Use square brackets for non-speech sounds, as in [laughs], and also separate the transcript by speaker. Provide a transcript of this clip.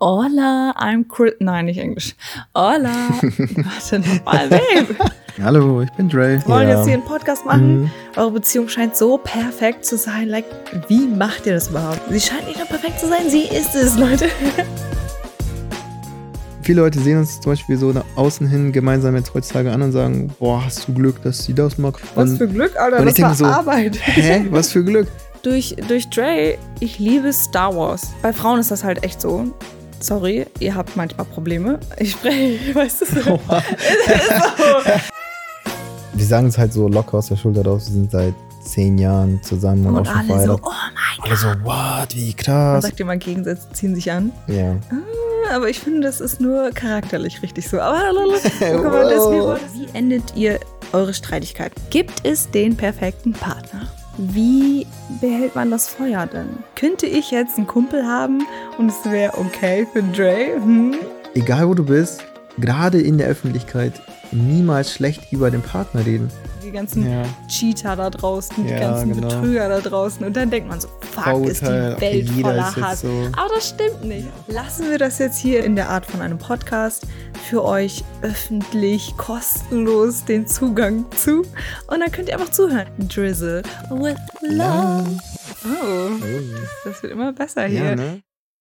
Speaker 1: Hola, I'm Chris. Nein, nicht Englisch.
Speaker 2: [laughs]
Speaker 1: Hola. Warte nochmal, babe.
Speaker 2: Hallo, ich bin Dre.
Speaker 1: Wir wollen jetzt hier einen Podcast
Speaker 2: Mhm.
Speaker 1: machen. Eure Beziehung scheint so perfekt zu sein. Like, wie macht ihr das überhaupt? Sie scheint nicht nur perfekt zu sein, sie ist es, Leute.
Speaker 2: Viele Leute sehen uns zum Beispiel so nach außen hin gemeinsam jetzt heutzutage an und sagen, boah, hast du Glück, dass sie das mag.
Speaker 1: Was
Speaker 2: Und-
Speaker 1: für Glück, Alter.
Speaker 2: und ich
Speaker 1: Das war
Speaker 2: denke so,
Speaker 1: Arbeit.
Speaker 2: Hä? Was für Glück?
Speaker 1: durch, durch Dre, ich liebe Star Wars. Bei Frauen ist das halt echt so. Sorry, ihr habt manchmal Probleme. Ich spreche, [laughs] weißt du,
Speaker 2: Oh,
Speaker 1: so.
Speaker 2: Wir sagen es halt so locker aus der Schulter raus. Wir sind seit zehn Jahren zusammen und,
Speaker 1: Und
Speaker 2: auch schon
Speaker 1: alle so,
Speaker 2: verheiratet.
Speaker 1: oh mein
Speaker 2: alle so, what, wie
Speaker 1: Gott.
Speaker 2: krass.
Speaker 1: Sagt ihr mal, Gegensätze ziehen sich an.
Speaker 2: Ja.
Speaker 1: Aber ich finde, das ist nur charakterlich richtig so. Aber lala,
Speaker 2: [laughs]
Speaker 1: guck mal, das mir wurde- Wie endet ihr eure Streitigkeiten? Gibt es den perfekten Partner? Wie behält man das Feuer denn? Könnte ich jetzt einen Kumpel haben und es wäre okay für Dre? Hm?
Speaker 2: Egal wo du bist, gerade in der Öffentlichkeit, niemals schlecht über den Partner reden.
Speaker 1: Die ganzen
Speaker 2: Ja.
Speaker 1: Cheater da draußen, die
Speaker 2: Ja,
Speaker 1: ganzen
Speaker 2: genau.
Speaker 1: Betrüger da draußen. Und dann denkt man so, fuck, ist die Welt
Speaker 2: Vorurteil, okay, jeder
Speaker 1: voller
Speaker 2: ist jetzt
Speaker 1: Hass.
Speaker 2: so.
Speaker 1: Aber das stimmt nicht. Lassen wir das jetzt hier in der Art von einem Podcast für euch öffentlich, kostenlos den Zugang zu. Und dann könnt ihr einfach zuhören. Drizzle with love. Oh, das wird immer besser hier.
Speaker 2: ne?